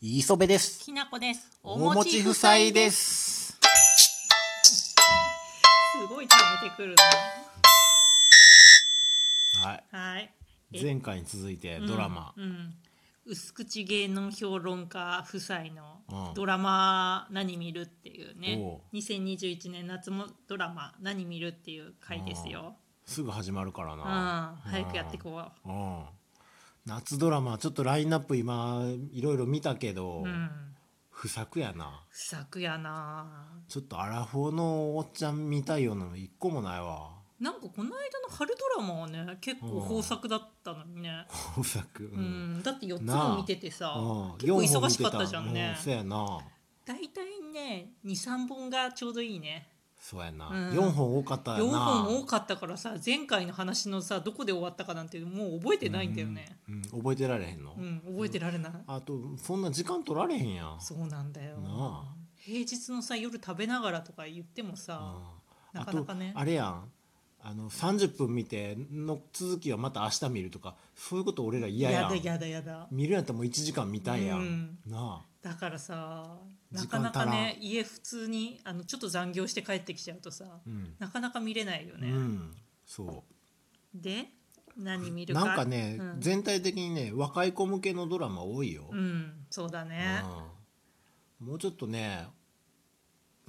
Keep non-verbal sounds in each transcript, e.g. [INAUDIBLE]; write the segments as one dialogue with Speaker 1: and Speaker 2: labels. Speaker 1: 磯部です
Speaker 2: きなこです。す。
Speaker 1: す
Speaker 2: すごい溜めてくる
Speaker 1: はい
Speaker 2: な。はい。え
Speaker 1: 前回に続いてドラマ、
Speaker 2: うん。うん薄口芸能評論家夫妻の
Speaker 1: うん
Speaker 2: ドラマ何見るっていうね
Speaker 1: お。
Speaker 2: 2021年夏もドラマ何見るっていう回ですよ。
Speaker 1: すぐ始まるから
Speaker 2: うん。
Speaker 1: な、
Speaker 2: 早くやってこう。
Speaker 1: うん、うん夏ドラマちょっとラインナップ今いろいろ見たけど、
Speaker 2: うん。
Speaker 1: 不作やな
Speaker 2: 不作やな。
Speaker 1: ちょっとアラフォーのおっちゃん見たいようなの一個もないわ [LAUGHS]
Speaker 2: なんかこの間の春ドラマはね結構豊作だったのにね、
Speaker 1: 不作う
Speaker 2: うん
Speaker 1: ん、
Speaker 2: だって4つ
Speaker 1: なあ
Speaker 2: も見ててさ
Speaker 1: うん
Speaker 2: 結構
Speaker 1: 四本
Speaker 2: 忙
Speaker 1: 見
Speaker 2: してかったじゃんね
Speaker 1: うん、そうやな
Speaker 2: 大体ね23本がちょうどいいね
Speaker 1: そうやな、
Speaker 2: うん
Speaker 1: 四本多かったやな
Speaker 2: 4本多かったからさ前回の話のさどこで終わったかなんてもう覚えてないんだよね
Speaker 1: うん、うん覚えてられへんの、
Speaker 2: うん、覚えてられない、
Speaker 1: あとそんな時間取られへんやん
Speaker 2: そうなんだよ
Speaker 1: なあ
Speaker 2: 平日のさ夜食べながらとか言ってもさ
Speaker 1: うん
Speaker 2: なかなかね
Speaker 1: あとあれやんあの30分見ての続きはまた明日見るとかそういうこと俺ら嫌やん
Speaker 2: だやだやだ
Speaker 1: 見るんやったらもう1時間見たいやん、
Speaker 2: うん
Speaker 1: な
Speaker 2: だからさな
Speaker 1: 時
Speaker 2: か
Speaker 1: 間
Speaker 2: なか
Speaker 1: 足ら
Speaker 2: ね
Speaker 1: ん
Speaker 2: 家普通にあのちょっと残業して帰ってきちゃうとさ
Speaker 1: あうん、
Speaker 2: なかなか見れないよね、
Speaker 1: うん、そ
Speaker 2: で何見
Speaker 1: う
Speaker 2: るか
Speaker 1: なんかね、
Speaker 2: うん、
Speaker 1: 全体的にね若い子向けのドラマ多いよ、
Speaker 2: うんそうだね、
Speaker 1: うんもうちょっとね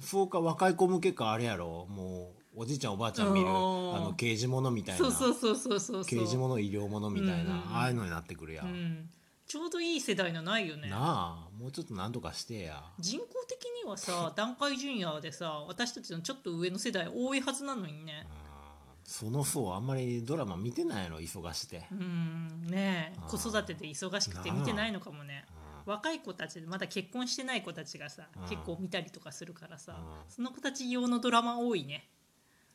Speaker 1: そうか若い子向けかあれやろもうおじいちゃんおばあちゃん見るあ
Speaker 2: おー
Speaker 1: の刑事ものみたいな
Speaker 2: そうそうそうそうそうそう
Speaker 1: 刑事もの医療ものみたいな、
Speaker 2: うんうんうん
Speaker 1: ああいうのになってくるや、
Speaker 2: うん、ちょうどいい世代のないよね
Speaker 1: なあもうちょっとなんとかしてや
Speaker 2: 人口的にはさ団塊ジュニアでさ私たちのちょっと上の世代多いはずなのにね
Speaker 1: うんその層あんまりドラマ見てないの忙して、
Speaker 2: うんねえ
Speaker 1: あー
Speaker 2: 子育てで忙しくて見てないのかもね
Speaker 1: うん
Speaker 2: 若い子たちまだ結婚してない子たちがさ
Speaker 1: うん
Speaker 2: 結構見たりとかするからさ
Speaker 1: うん
Speaker 2: その子たち用のドラマ多いね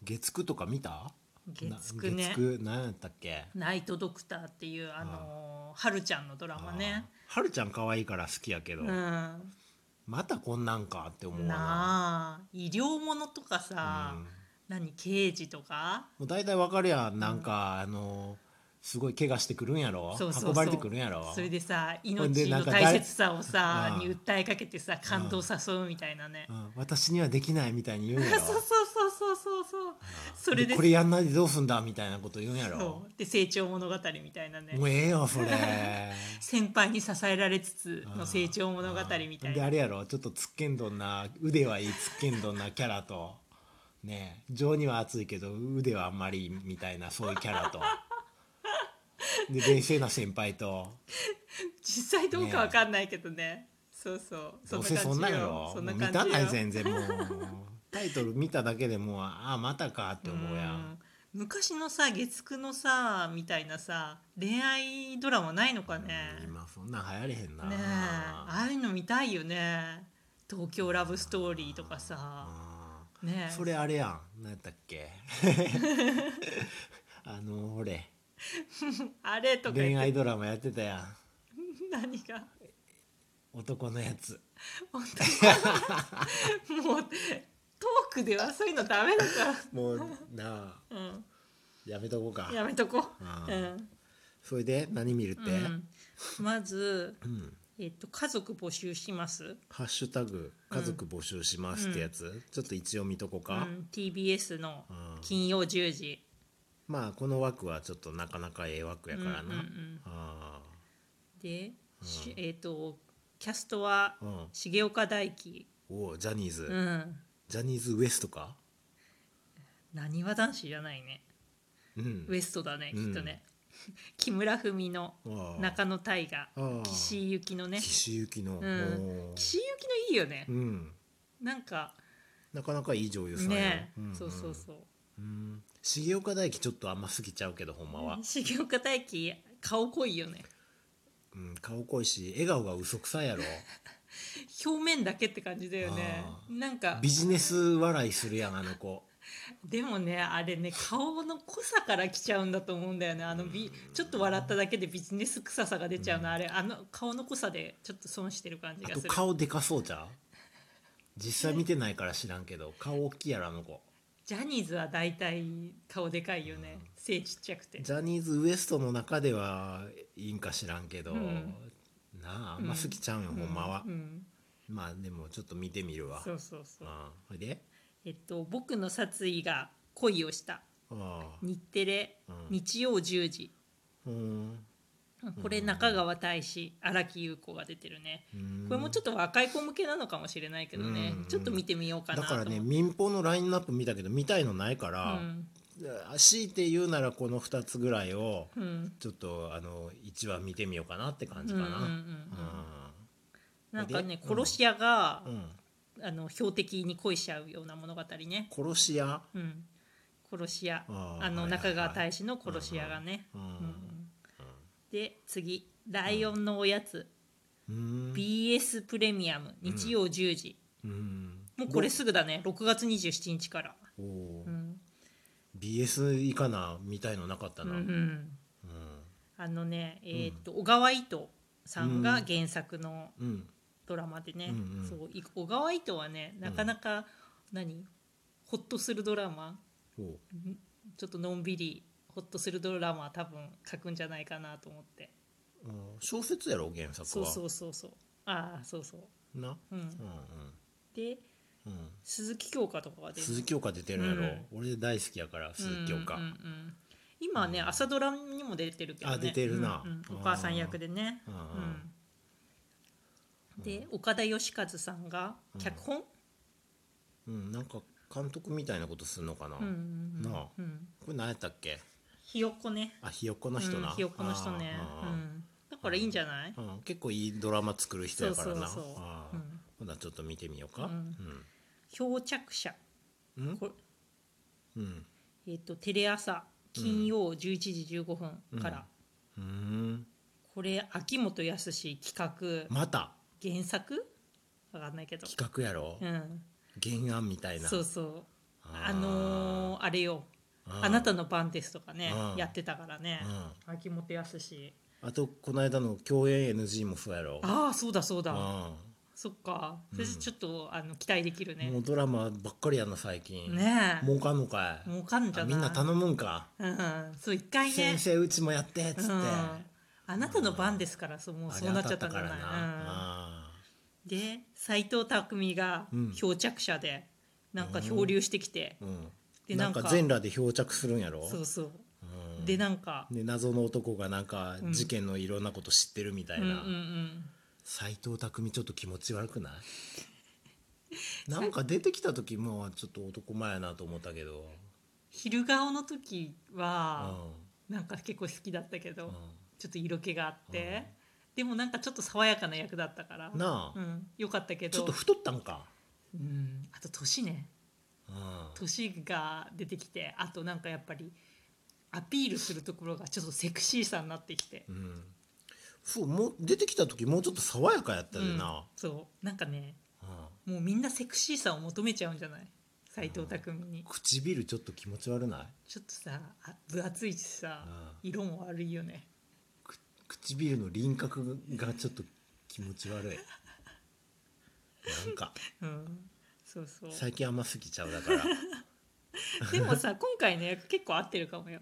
Speaker 1: 月9とか見た
Speaker 2: 月9ね
Speaker 1: な月9何やったっけ
Speaker 2: ナイトドクターっていうあのーはるちゃんのドラマね
Speaker 1: あはるちゃん可愛いから好きやけど、
Speaker 2: うん
Speaker 1: またこんなんかって思うわな
Speaker 2: なあ医療ものとかさ
Speaker 1: うん
Speaker 2: 何刑事とか
Speaker 1: もう大体わかるやんなんか、あのすごい怪我してくるんやろ
Speaker 2: そうそうそう
Speaker 1: 運ばれてくるんやろ
Speaker 2: それでさ
Speaker 1: ほんで
Speaker 2: 命
Speaker 1: なん
Speaker 2: の
Speaker 1: か
Speaker 2: 大切さをさ
Speaker 1: うん
Speaker 2: に訴えかけてさ感動を誘うみたいなね
Speaker 1: う、ん、私にはできないみたいに言うんやろ
Speaker 2: [LAUGHS] そうそうそうそうそうそれで
Speaker 1: これやんないでどうすんだみたいなこと言うんやろ
Speaker 2: そうで成長物語みたいなね
Speaker 1: もうええよ
Speaker 2: [LAUGHS]
Speaker 1: それ
Speaker 2: 先輩に支えられつつ
Speaker 1: う
Speaker 2: の
Speaker 1: ん
Speaker 2: 成長物語みた
Speaker 1: うん
Speaker 2: い
Speaker 1: であ
Speaker 2: な
Speaker 1: れやろちょっとつっけんどんな腕はいいつっけんどんなキャラとね情には熱いけど腕はあんまりみたいなそういうキャラとで冷静な先輩と
Speaker 2: 実際どうかわかんないけどねそうそう
Speaker 1: どうせそんなんやろ
Speaker 2: そん
Speaker 1: も
Speaker 2: な
Speaker 1: う
Speaker 2: 感
Speaker 1: 見
Speaker 2: じ
Speaker 1: たな
Speaker 2: よ
Speaker 1: い全然もうタイトル見ただけでもうああまたかって思うやん
Speaker 2: うん昔のさ月9のさみたいなさ恋愛ドラマないのかね
Speaker 1: うん今そんなん流行れへんな
Speaker 2: ねえああいうの見たいよね東京ラブストーリーとかさ
Speaker 1: う
Speaker 2: ね
Speaker 1: ん
Speaker 2: え
Speaker 1: それあれやん何やったっけ [LAUGHS] あの俺
Speaker 2: あれとか
Speaker 1: 恋
Speaker 2: 言っ
Speaker 1: 愛
Speaker 2: て
Speaker 1: ドラマやってたやん
Speaker 2: 何が
Speaker 1: 男のやつ
Speaker 2: 本当にもうトークではそういうのダメだか
Speaker 1: もうなあ
Speaker 2: ら、うん
Speaker 1: やめとこうか
Speaker 2: やめとこ
Speaker 1: あ
Speaker 2: う、う
Speaker 1: ー
Speaker 2: ん
Speaker 1: それで何見るって、う
Speaker 2: うんんまず、えっと、家族募集します、
Speaker 1: ハッシュタグ家族募集しますってやつ、ちょっと一応見とこう
Speaker 2: う
Speaker 1: か、
Speaker 2: ん、TBS の
Speaker 1: うん
Speaker 2: 金曜10時
Speaker 1: まあこの枠はちょっとなかなかええ枠やからな、
Speaker 2: うんうんうん
Speaker 1: あ
Speaker 2: で、しえっとキャストは
Speaker 1: あうん
Speaker 2: 重岡大樹、
Speaker 1: おうジャニーズ、
Speaker 2: うん、
Speaker 1: ジャニーズ WEST か
Speaker 2: なにわ男子じゃないね
Speaker 1: うん
Speaker 2: ウエストだね、
Speaker 1: うん
Speaker 2: きっとね [LAUGHS] 木村文乃
Speaker 1: ああ
Speaker 2: 中野大河
Speaker 1: ああ
Speaker 2: 岸井ゆきのね、
Speaker 1: 岸由紀の、
Speaker 2: う
Speaker 1: お
Speaker 2: ん、
Speaker 1: う
Speaker 2: 岸井ゆきのいいよね
Speaker 1: う、ん
Speaker 2: なんか
Speaker 1: なかなかいい女優さんや
Speaker 2: ね、
Speaker 1: んん
Speaker 2: そうそうそう
Speaker 1: うん重岡大樹ちょっとあんま過ぎちゃうけどほんまは、
Speaker 2: 重岡大樹顔濃いよね
Speaker 1: うん、顔濃いし笑顔が嘘くさいやろ
Speaker 2: 表面だけって感じだよね
Speaker 1: あ
Speaker 2: なんか
Speaker 1: ビジネス笑いするやんあの子
Speaker 2: でもねあれね顔の濃さから来ちゃうんだと思うんだよねあのビちょっと笑っただけでビジネス臭さが出ちゃうの、あれあの顔の濃さでちょっと損してる感じ
Speaker 1: あ
Speaker 2: が
Speaker 1: と
Speaker 2: する
Speaker 1: 顔でかそうじゃん実際見てないから知らんけど顔大きいやろあの子
Speaker 2: ジャニーズは大体顔でかいよね、背ちっちゃくて
Speaker 1: ジャニーズ WEST の中ではいいんか知らんけど、
Speaker 2: うん
Speaker 1: なあんま好きちゃうんよ、ほんまは
Speaker 2: う、ん
Speaker 1: まあでもちょっと見てみるわ
Speaker 2: そうそうそう
Speaker 1: ああほいで
Speaker 2: えっと僕の殺意が恋をした
Speaker 1: ああ
Speaker 2: 日テレ、
Speaker 1: うん
Speaker 2: 日曜10時
Speaker 1: うん
Speaker 2: これ中川大志荒木優子が出てるね
Speaker 1: うん
Speaker 2: これもちょっと若い子向けなのかもしれないけどね、
Speaker 1: うん
Speaker 2: ちょっと見てみようかな
Speaker 1: だか
Speaker 2: と思
Speaker 1: ら
Speaker 2: って
Speaker 1: ね民放のラインナップ見たけど見たいのないから、強いて言うならこの2つぐらいを
Speaker 2: うんうん
Speaker 1: ちょっとあの1話見てみようかなって感じ
Speaker 2: う
Speaker 1: か
Speaker 2: んう
Speaker 1: な、
Speaker 2: んうんなんかね
Speaker 1: で
Speaker 2: 殺し屋が
Speaker 1: う、んうん
Speaker 2: あの標的に恋しちゃうような物語ね、
Speaker 1: 殺し屋
Speaker 2: うん、殺し屋
Speaker 1: あ
Speaker 2: あ
Speaker 1: ー
Speaker 2: の
Speaker 1: はいはいはい
Speaker 2: 中川大志の殺し屋がね、
Speaker 1: うん
Speaker 2: うんうんで次「ライオンのおやつ」
Speaker 1: うん
Speaker 2: BS プレミアム日曜10時、
Speaker 1: うん
Speaker 2: もうこれすぐだね6月27日から、
Speaker 1: おお、
Speaker 2: うん、
Speaker 1: BS 以下なみたいのなかった
Speaker 2: うん
Speaker 1: な、
Speaker 2: う
Speaker 1: うん
Speaker 2: んあのねえーっと小川糸さんが原作の
Speaker 1: うん
Speaker 2: ドラマでね、
Speaker 1: うんうん
Speaker 2: そうい小川糸はねなかなか、何ホッとするドラマ
Speaker 1: おう
Speaker 2: ちょっとのんびりホッとするドラマは多分書くんじゃないかなと思って
Speaker 1: うん小説やろ原作は
Speaker 2: そうそうそうそうああそうそう
Speaker 1: な、
Speaker 2: うん
Speaker 1: うん
Speaker 2: で
Speaker 1: うんうん、
Speaker 2: 鈴木京香とかが出てる
Speaker 1: 鈴木京香出てるやろ、俺大好きやから鈴木京香、
Speaker 2: うんうんうん今ね、朝ドラにも出てるけどね
Speaker 1: あ出てるな
Speaker 2: うんうんお母さん役でね
Speaker 1: うんうん
Speaker 2: うんで岡田義和さんが脚本、
Speaker 1: うん、なんか監督みたいなことするのかな、
Speaker 2: うんうんうん
Speaker 1: なあ
Speaker 2: うん
Speaker 1: これ何やったっけ
Speaker 2: ひよこね
Speaker 1: あひよっこの人な、
Speaker 2: うんひよこの人ね、
Speaker 1: あー
Speaker 2: うん、だからいいんじゃない、
Speaker 1: うん結構いいドラマ作る人やからな
Speaker 2: そうそうそう
Speaker 1: あー
Speaker 2: うん
Speaker 1: ほなちょっと見てみようか
Speaker 2: う漂着者
Speaker 1: うんうん
Speaker 2: これ
Speaker 1: うん
Speaker 2: えっとテレ朝金曜11時15分から、
Speaker 1: うん
Speaker 2: これ秋元康企画
Speaker 1: また
Speaker 2: 原作わかんないけど、
Speaker 1: 企画やろ、
Speaker 2: うん、
Speaker 1: 原案みたいな
Speaker 2: そうそう
Speaker 1: あー
Speaker 2: あのーあれよ
Speaker 1: うん
Speaker 2: あなたの番ですとかね
Speaker 1: うん
Speaker 2: やってたからね
Speaker 1: う
Speaker 2: 秋元康
Speaker 1: あとこの間の共演 NG もそうやろ
Speaker 2: ああそうだそうだ
Speaker 1: う
Speaker 2: そっかそれちょっとあの期待できる
Speaker 1: んも
Speaker 2: ね
Speaker 1: うドラマばっかりやな最近
Speaker 2: ねえ
Speaker 1: 儲かんのかい
Speaker 2: 儲かんじゃ
Speaker 1: あ
Speaker 2: ない
Speaker 1: みんな頼むんか、
Speaker 2: うんそう一回ね
Speaker 1: 先生うちもやってっつって、
Speaker 2: うんあなたの番ですからそうもうそうなっちゃったんじゃない
Speaker 1: あれ当たっ
Speaker 2: うん
Speaker 1: あ
Speaker 2: で斎藤匠が
Speaker 1: うん
Speaker 2: 漂着者でなんか漂流してきて
Speaker 1: ーうん
Speaker 2: で
Speaker 1: な
Speaker 2: なんん
Speaker 1: か
Speaker 2: か
Speaker 1: 全裸で漂着するんやろ
Speaker 2: そうそう
Speaker 1: うん
Speaker 2: でなんか
Speaker 1: で謎の男がなんか
Speaker 2: うん
Speaker 1: 事件のいろんなこと知ってるみたい
Speaker 2: うんうんう
Speaker 1: な、
Speaker 2: ん
Speaker 1: 斎藤工ちょっと気持ち悪くない
Speaker 2: [LAUGHS]
Speaker 1: なんか出てきた時もちょっと男前やなと思ったけど、
Speaker 2: 昼顔の時
Speaker 1: う
Speaker 2: は
Speaker 1: ん
Speaker 2: なんか結構好きだったけど
Speaker 1: う
Speaker 2: ちょっと色気があってでもなんかちょっと爽やかな役だったから
Speaker 1: ん、なあ、
Speaker 2: うんよかったけ
Speaker 1: ちょっと
Speaker 2: ど
Speaker 1: 太ったんか、
Speaker 2: うんあと年ね
Speaker 1: うん、
Speaker 2: 年が出てきてあとなんかやっぱりアピールするところがちょっとセクシーさになってきて
Speaker 1: うんそうもう出てきた時もうちょっと爽やかやったで
Speaker 2: うん
Speaker 1: な、
Speaker 2: そうなんかね
Speaker 1: うん
Speaker 2: もうみんなセクシーさを求めちゃうんじゃない斎藤匠に
Speaker 1: 唇ちょっと気持ち悪ない、
Speaker 2: ちょっとさあ分厚いしさ
Speaker 1: う
Speaker 2: 色も悪いよね
Speaker 1: く唇の輪郭がちょっと気持ち悪いなん
Speaker 2: [LAUGHS]
Speaker 1: か
Speaker 2: うんそうそう
Speaker 1: 最近あんま好きちゃうだから、
Speaker 2: でもさ今回の役結構合ってるか
Speaker 1: [LAUGHS]
Speaker 2: もよ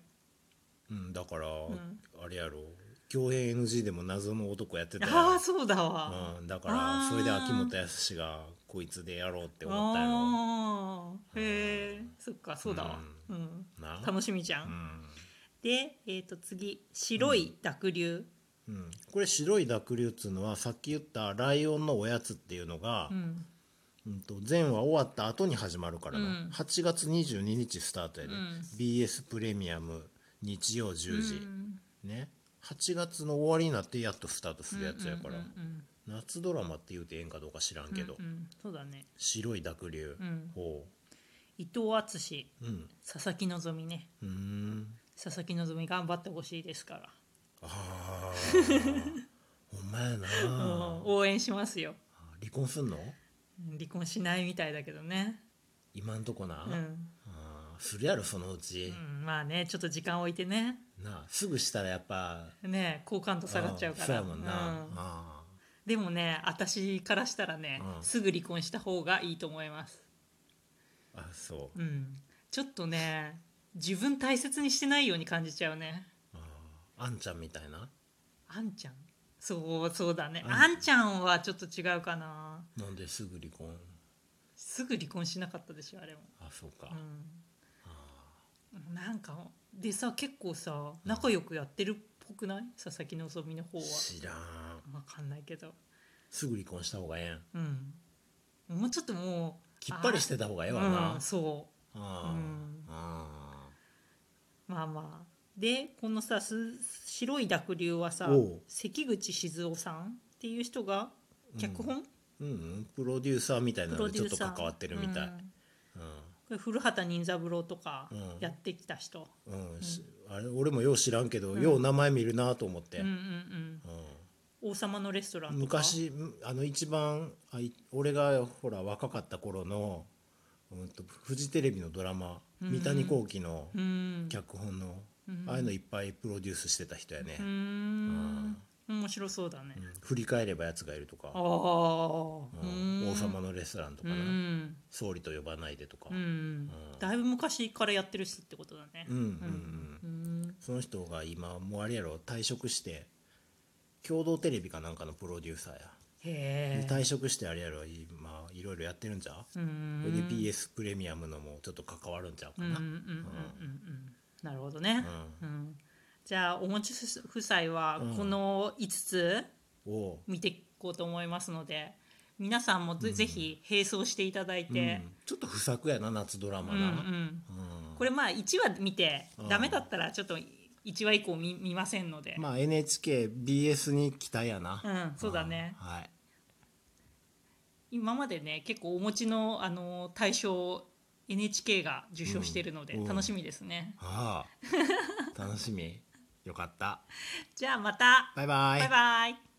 Speaker 1: うん、だから、
Speaker 2: ん
Speaker 1: あれやろ共演 NG でも謎の男やってたやろ
Speaker 2: ああそうだわ、
Speaker 1: うん、だから
Speaker 2: あー
Speaker 1: それで秋元康がこいつでやろうって思ったやろ
Speaker 2: ああへえそっかそうだわ、
Speaker 1: う
Speaker 2: うん
Speaker 1: な
Speaker 2: 楽しみじゃ
Speaker 1: う
Speaker 2: ん、
Speaker 1: ん
Speaker 2: で、えー、と次「白い濁流
Speaker 1: うん、これ白い濁流っつうのはさっき言った「ライオンのおやつ」っていうの」が
Speaker 2: う、ん
Speaker 1: うんと前話終わった後に始まるからな、
Speaker 2: うん
Speaker 1: 8月22日スタートやで、
Speaker 2: うん
Speaker 1: BS プレミアム日曜10時、
Speaker 2: うん
Speaker 1: ね8月の終わりになってやっとスタートするやつやから、
Speaker 2: うんうんうん
Speaker 1: 夏ドラマって言うてええんかどうか知らんけど「
Speaker 2: うんうんそうだね
Speaker 1: 白い濁流」
Speaker 2: うん
Speaker 1: ほ
Speaker 2: 伊藤敦
Speaker 1: ううん
Speaker 2: 佐々木希ね
Speaker 1: うーん
Speaker 2: 佐々木希頑張ってほしいですから、
Speaker 1: あ
Speaker 2: [LAUGHS]
Speaker 1: ーほんまやな
Speaker 2: うん
Speaker 1: 離
Speaker 2: 応援しますよ
Speaker 1: 婚すんの
Speaker 2: うん離婚しないみたいだけどね
Speaker 1: 今んとこな、
Speaker 2: うん、
Speaker 1: あーするやろそのうち
Speaker 2: う、ん、まあねちょっと時間置いてね
Speaker 1: なあすぐしたらやっぱ
Speaker 2: ね好感度下がっちゃうから
Speaker 1: んそうやもんな、
Speaker 2: うん
Speaker 1: あー
Speaker 2: でもね私からしたらね、
Speaker 1: うん
Speaker 2: すぐ離婚した方がいいと思います
Speaker 1: あそう
Speaker 2: うんちょっとね自分大切にしてないように感じちゃうね
Speaker 1: あんちゃんみたいな
Speaker 2: あんちゃんそうそうだね、
Speaker 1: うん
Speaker 2: あんちゃんはちょっと違うかな
Speaker 1: なんですぐ離婚
Speaker 2: すぐ離婚しなかったでしょあれも、
Speaker 1: あそうか、
Speaker 2: うん、なんかでさ結構さ仲良くやってるっぽくない佐々木希の方は
Speaker 1: 知らん
Speaker 2: 分かんないけど
Speaker 1: すぐ離婚した方がええん
Speaker 2: うんもうちょっともう
Speaker 1: きっぱりしてた方がええわな
Speaker 2: うん、そ
Speaker 1: あ
Speaker 2: うん
Speaker 1: あ
Speaker 2: うまあまあでこのさす白い濁流はさ
Speaker 1: おう
Speaker 2: 関口静雄さんっていう人が脚本、
Speaker 1: うんうんプロデューサーみたいな
Speaker 2: プ
Speaker 1: の
Speaker 2: ロ
Speaker 1: でちょ
Speaker 2: デュ
Speaker 1: っ
Speaker 2: ー
Speaker 1: と
Speaker 2: サー
Speaker 1: 関わってるみたい、
Speaker 2: これ古畑任三郎とか
Speaker 1: うん
Speaker 2: やってきた人、
Speaker 1: うん、うんしあれ俺もよう知らんけど、よう名前見るなと思って、
Speaker 2: うん、うんうん王様のレストラン
Speaker 1: う
Speaker 2: と
Speaker 1: ん
Speaker 2: か
Speaker 1: 昔うんあの一番あい俺がほら若かった頃の、うん、とフジテレビのドラマ三谷幸喜の
Speaker 2: うん
Speaker 1: 脚本の、ああいうのいっぱいプロデュースしてた人やね、
Speaker 2: うーん面白そうだね、
Speaker 1: うん振り返ればやつがいると
Speaker 2: ああ
Speaker 1: か、
Speaker 2: う
Speaker 1: うん
Speaker 2: ん
Speaker 1: 王様のレストランとか
Speaker 2: う
Speaker 1: な、
Speaker 2: ん
Speaker 1: 総理と呼ばないでとか、
Speaker 2: うん、だいぶ昔からやってる人ってことだね
Speaker 1: うんうんうん
Speaker 2: うん
Speaker 1: その人が今もうあれやろ退職して共同テレビかなんかのプロデューサーや、
Speaker 2: へえ
Speaker 1: 退職してあれやろ今いろいろやってるんじゃう
Speaker 2: うーん
Speaker 1: これで PS プレミアムのもちょっと関わるんちゃうか
Speaker 2: うんうん
Speaker 1: な、
Speaker 2: うんうんうんなるほどね、うんじゃあおもち夫妻はこの5つ
Speaker 1: おう
Speaker 2: 見ていこうと思いますので皆さんもぜ,、ひ並走していただいうて、
Speaker 1: んちょっと不作やな夏ドラマ
Speaker 2: うん
Speaker 1: な、
Speaker 2: うん
Speaker 1: うん
Speaker 2: これまあ1話見て
Speaker 1: うん
Speaker 2: ダメだったらちょっと1話以降見見ませんので、
Speaker 1: まあ NHKBS に期待やな、
Speaker 2: うんそうだね
Speaker 1: うんはい
Speaker 2: 今までね結構お持ちのあの大賞を NHK が受賞しているので
Speaker 1: うん
Speaker 2: 楽しみですね、
Speaker 1: ああ楽しみよかった
Speaker 2: じゃあまた
Speaker 1: バイバイ
Speaker 2: バイバイ